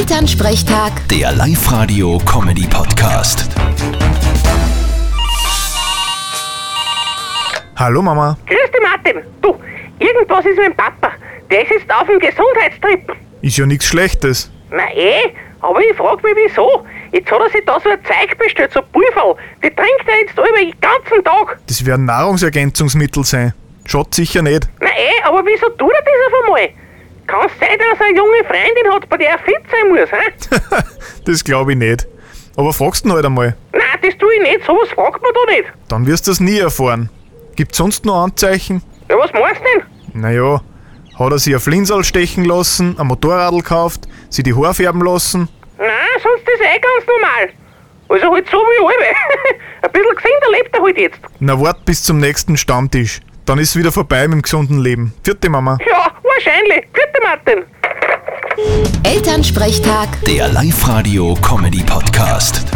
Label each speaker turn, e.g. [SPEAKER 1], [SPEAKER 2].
[SPEAKER 1] Elternsprechtag,
[SPEAKER 2] Der Live-Radio-Comedy-Podcast.
[SPEAKER 3] Hallo Mama.
[SPEAKER 4] Grüß dich, Martin. Du, irgendwas ist mit dem Papa. Der ist jetzt auf dem Gesundheitstrip.
[SPEAKER 3] Ist ja nichts Schlechtes.
[SPEAKER 4] Na eh, aber ich frag mich wieso. Jetzt hat er sich da so ein Zeug bestellt, so Pulver. Die trinkt er jetzt über den ganzen Tag.
[SPEAKER 3] Das werden Nahrungsergänzungsmittel sein. Schaut sicher nicht.
[SPEAKER 4] Na eh, aber wieso tut er das auf einmal? Kann es sein, dass er eine junge Freundin hat, bei der er fit sein muss, hä?
[SPEAKER 3] Das glaube ich nicht. Aber fragst ihn halt einmal.
[SPEAKER 4] Nein, das tue ich nicht, sowas fragt man da nicht.
[SPEAKER 3] Dann wirst du das nie erfahren. Gibt's sonst noch Anzeichen?
[SPEAKER 4] Ja, was meinst du denn?
[SPEAKER 3] Naja, hat er sich ein Flinsal stechen lassen, ein Motorradl gekauft, sie die Haare färben lassen?
[SPEAKER 4] Nein, sonst ist er eh ganz normal. Also halt so wie alle. ein bisschen gesünder lebt er halt jetzt.
[SPEAKER 3] Na wart bis zum nächsten Stammtisch. Dann ist wieder vorbei mit dem gesunden Leben. Vierte Mama.
[SPEAKER 4] Ja, wahrscheinlich. Vierte Martin.
[SPEAKER 1] Elternsprechtag.
[SPEAKER 2] Der Live-Radio-Comedy-Podcast.